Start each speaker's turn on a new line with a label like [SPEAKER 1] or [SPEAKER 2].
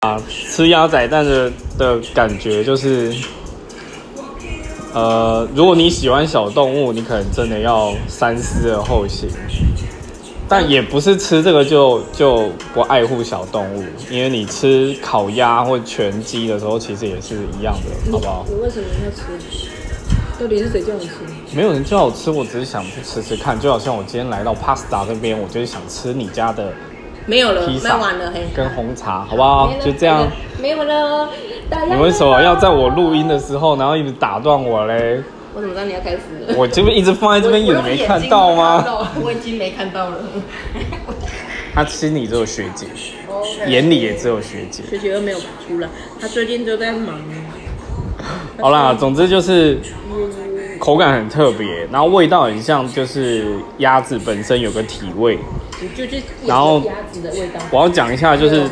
[SPEAKER 1] 啊，吃鸭仔蛋的的感觉就是，呃，如果你喜欢小动物，你可能真的要三思而后行。但也不是吃这个就就不爱护小动物，因为你吃烤鸭或全鸡的时候，其实也是一样的，好不好？
[SPEAKER 2] 你为什么要吃？到底是谁叫你吃？
[SPEAKER 1] 没有人叫我吃，我只是想去吃吃看，就好像我今天来到 Pasta 这边，我就是想吃你家的
[SPEAKER 2] 没有了
[SPEAKER 1] 披，萨
[SPEAKER 2] 卖完了嘿。
[SPEAKER 1] 跟红茶，好不好？就这样。，
[SPEAKER 2] 没有了。大家
[SPEAKER 1] 你为什么要在我录音的时候，然后一直打断我嘞？
[SPEAKER 2] 我怎么知道你要开始了？
[SPEAKER 1] 我这边一直放在这边，有你没看到 吗？？
[SPEAKER 3] 我已经没看到了。
[SPEAKER 1] 他心里只有学姐，眼里也只有学姐。
[SPEAKER 2] 学姐又没有出来，她最近都在忙。
[SPEAKER 1] 好啦，总之就是口感很特别，然后味道很像就是鸭子本身有个体味。
[SPEAKER 2] 你就是
[SPEAKER 1] 然后
[SPEAKER 2] 鸭子的味道。
[SPEAKER 1] 我要讲一下，就是